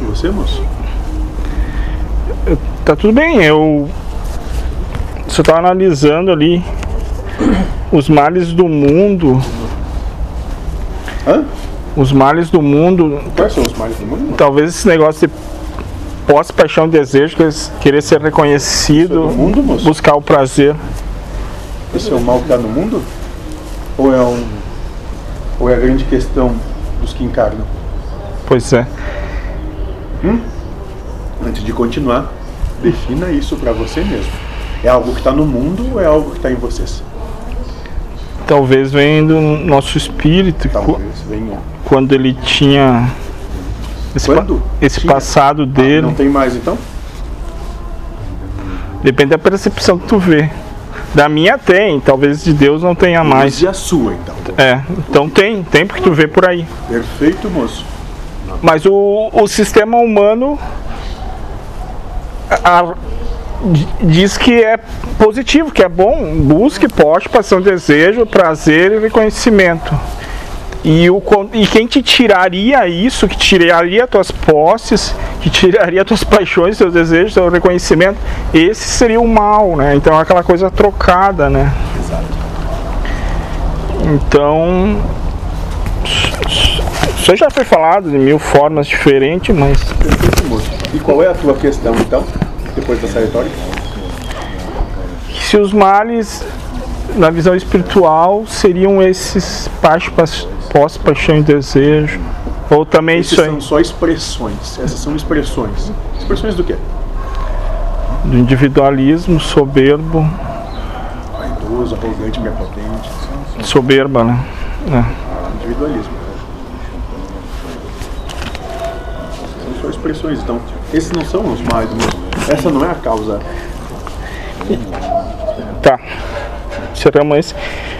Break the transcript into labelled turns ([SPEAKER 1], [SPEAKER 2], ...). [SPEAKER 1] E você, moço?
[SPEAKER 2] Tá tudo bem, eu só tava analisando ali os males do mundo,
[SPEAKER 1] Hã?
[SPEAKER 2] os males do mundo,
[SPEAKER 1] Quais são os males do mundo?
[SPEAKER 2] talvez esse negócio de posse, paixão e desejo, que eles- querer ser
[SPEAKER 1] Do
[SPEAKER 2] reconhecido,
[SPEAKER 1] mundo, moço?
[SPEAKER 2] buscar o prazer.
[SPEAKER 1] Esse é o mal que dá no mundo? Ou é um. Ou é a grande questão dos que encarnam?
[SPEAKER 2] Pois é.
[SPEAKER 1] Antes de continuar, defina isso pra você mesmo. É algo que tá no mundo ou é algo que tá em vocês?
[SPEAKER 2] Talvez venha do nosso espírito,
[SPEAKER 1] Tá
[SPEAKER 2] qu-
[SPEAKER 1] Talvez venha.
[SPEAKER 2] quando ele tinha esse, pa-
[SPEAKER 1] Quando?
[SPEAKER 2] esse
[SPEAKER 1] Tinha. Ah,
[SPEAKER 2] passado dele.
[SPEAKER 1] Não tem mais então?
[SPEAKER 2] Depende da percepção que tu vê. Da minha tem, talvez de Deus não tenha mais.
[SPEAKER 1] Use a sua então.
[SPEAKER 2] É, então tem, tem porque tu vê por aí.
[SPEAKER 1] É. Perfeito, moço.
[SPEAKER 2] Mas o, o sistema humano a- a- di- diz que é positivo, que é bom. Busque, poste, paixão, desejo, prazer e reconhecimento. E, o, con- e quem te tiraria isso, que tiraria tuas posses, que tiraria tuas paixões, teus desejos, teu reconhecimento, esse seria o mal, né? Então é aquela coisa trocada, né? Então, isso aí já foi falado de mil formas diferentes, mas
[SPEAKER 1] Perfeito, moço. E qual é a tua questão então? Depois dessa retórica?
[SPEAKER 2] se os males na visão espiritual seriam esses paixo- pas- posse, paixão e desejo, ou também
[SPEAKER 1] Esses
[SPEAKER 2] isso aí,
[SPEAKER 1] são só expressões. Essas são expressões. Expressões do quê?
[SPEAKER 2] do individualismo soberbo,
[SPEAKER 1] Vaidoso, arrogante, prepotente.
[SPEAKER 2] soberba, né?
[SPEAKER 1] Individualismo. São só expressões, então. Esses não são os mais, moço. Essa não é a causa.
[SPEAKER 2] Tá. Tiramos esse.